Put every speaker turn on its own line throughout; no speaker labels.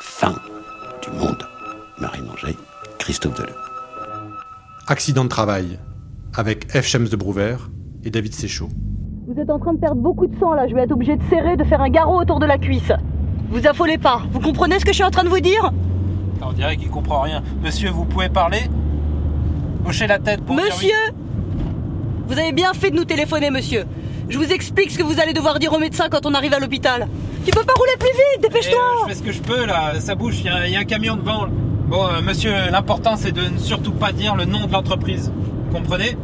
fin du monde. Marine Angers, Christophe Deleu.
Accident de travail avec F. Chems de Brouwer et David Séchaud.
Vous êtes en train de perdre beaucoup de sang là, je vais être obligé de serrer, de faire un garrot autour de la cuisse. Vous affolez pas, vous comprenez ce que je suis en train de vous dire
On dirait qu'il comprend rien. Monsieur, vous pouvez parler Hochez la tête pour dire oui.
Monsieur Vous avez bien fait de nous téléphoner, monsieur. Je vous explique ce que vous allez devoir dire au médecin quand on arrive à l'hôpital. Tu peux pas rouler plus vite,
Et, euh, je
dépêche-toi
fais ce que je peux là, ça bouge, il y, a- il y a un camion devant. là. Bon, euh, monsieur, l'important c'est de ne surtout pas dire le nom de l'entreprise. Vous comprenez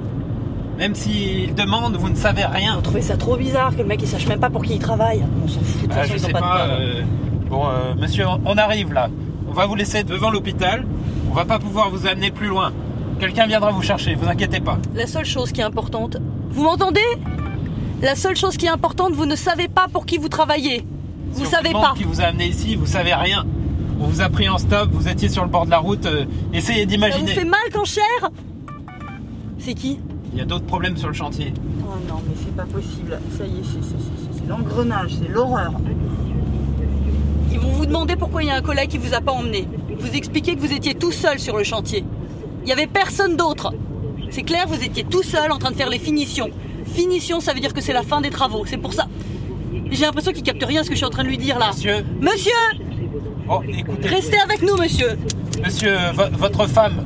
Même s'il demande, vous ne savez rien.
On trouvait ça trop bizarre que le mec il sache même pas pour qui il travaille. On s'en fout de toute
Ah,
façon,
je
ils ont
sais
pas, de
pas.
plan.
euh, Bon, euh, monsieur, on- on arrive là. On va vous laisser devant l'hôpital. On va pas pouvoir vous amener plus loin. Quelqu'un viendra vous chercher, vous inquiétez pas.
La seule chose qui est importante, vous m'entendez La seule chose qui est importante, vous ne savez pas pour qui vous travaillez.
Si
Vous
on
savez
demande
pas.
qui vous a amené ici, vous savez rien. On vous a pris en stop, vous étiez sur le bord de la route. euh, essayez
Ça vous
d'imaginer.
fait mal quand cher C'est qui
Il y a d'autres problèmes sur le chantier.
Oh non, mais c'est pas possible. Ça y est, c'est- c'est- c'est c'est- c'est l'engrenage, c'est l'horreur.
Ils vont vous demander pourquoi il y a un collègue qui vous a pas emmené. Vous expliquez que vous étiez tout seul sur le chantier. Il n'y avait personne d'autre. C'est clair, vous étiez tout seul en train de faire les finitions. Finition, ça veut dire que c'est la fin des travaux. C'est pour ça. J'ai l'impression qu'il capte rien à ce que je suis en train de lui dire là.
Monsieur,
Monsieur,
bon, écoutez,
restez avec nous, monsieur.
monsieur, vo- votre femme,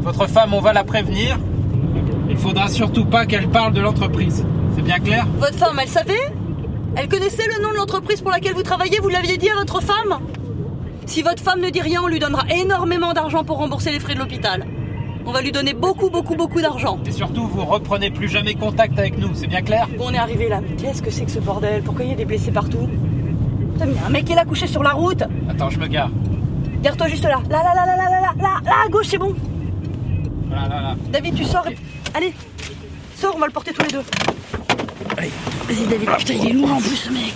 votre femme, on va la prévenir. Il faudra surtout pas qu'elle parle de l'entreprise. C'est bien clair
Votre femme, elle savait Elle connaissait le nom de l'entreprise pour laquelle vous travaillez Vous l'aviez dit à votre femme Si votre femme ne dit rien, on lui donnera énormément d'argent pour rembourser les frais de l'hôpital. On va lui donner beaucoup, beaucoup, beaucoup d'argent.
Et surtout, vous reprenez plus jamais contact avec nous. C'est bien clair
Bon, on est arrivé là. Mais Qu'est-ce que c'est que ce bordel Pourquoi il y a des blessés partout Putain, mais il y a un mec qui est là couché sur la route.
Attends, je me gare.
Garde-toi juste là. Là, là, là, là, là, là, là, là, là, à gauche, c'est bon.
Voilà, là, là.
David, tu sors. et- Allez, sors, on va le porter tous les deux. Vas-y, David. Putain, il est lourd en plus, ce mec.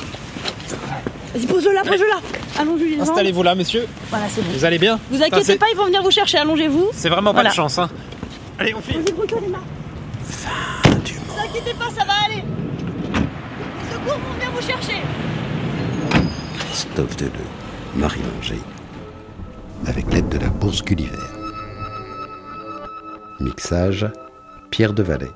Vas-y, pose-le là, pose-le là. Allongez-lui les jambes.
Installez-vous là, monsieur.
Voilà, c'est bon.
Vous allez bien
Vous
Putain,
inquiétez
c'est-
pas, ils vont venir vous chercher, allongez-vous.
C'est vraiment pas
Voilà.
de chance, hein. Allez, on file.
Ne vous inquiétez pas, ça va aller. Les secours vont venir vous chercher.
Christophe Deleu, Marie Langer, avec l'aide de la Bourse Gulliver. Mixage, Pierre Devalet.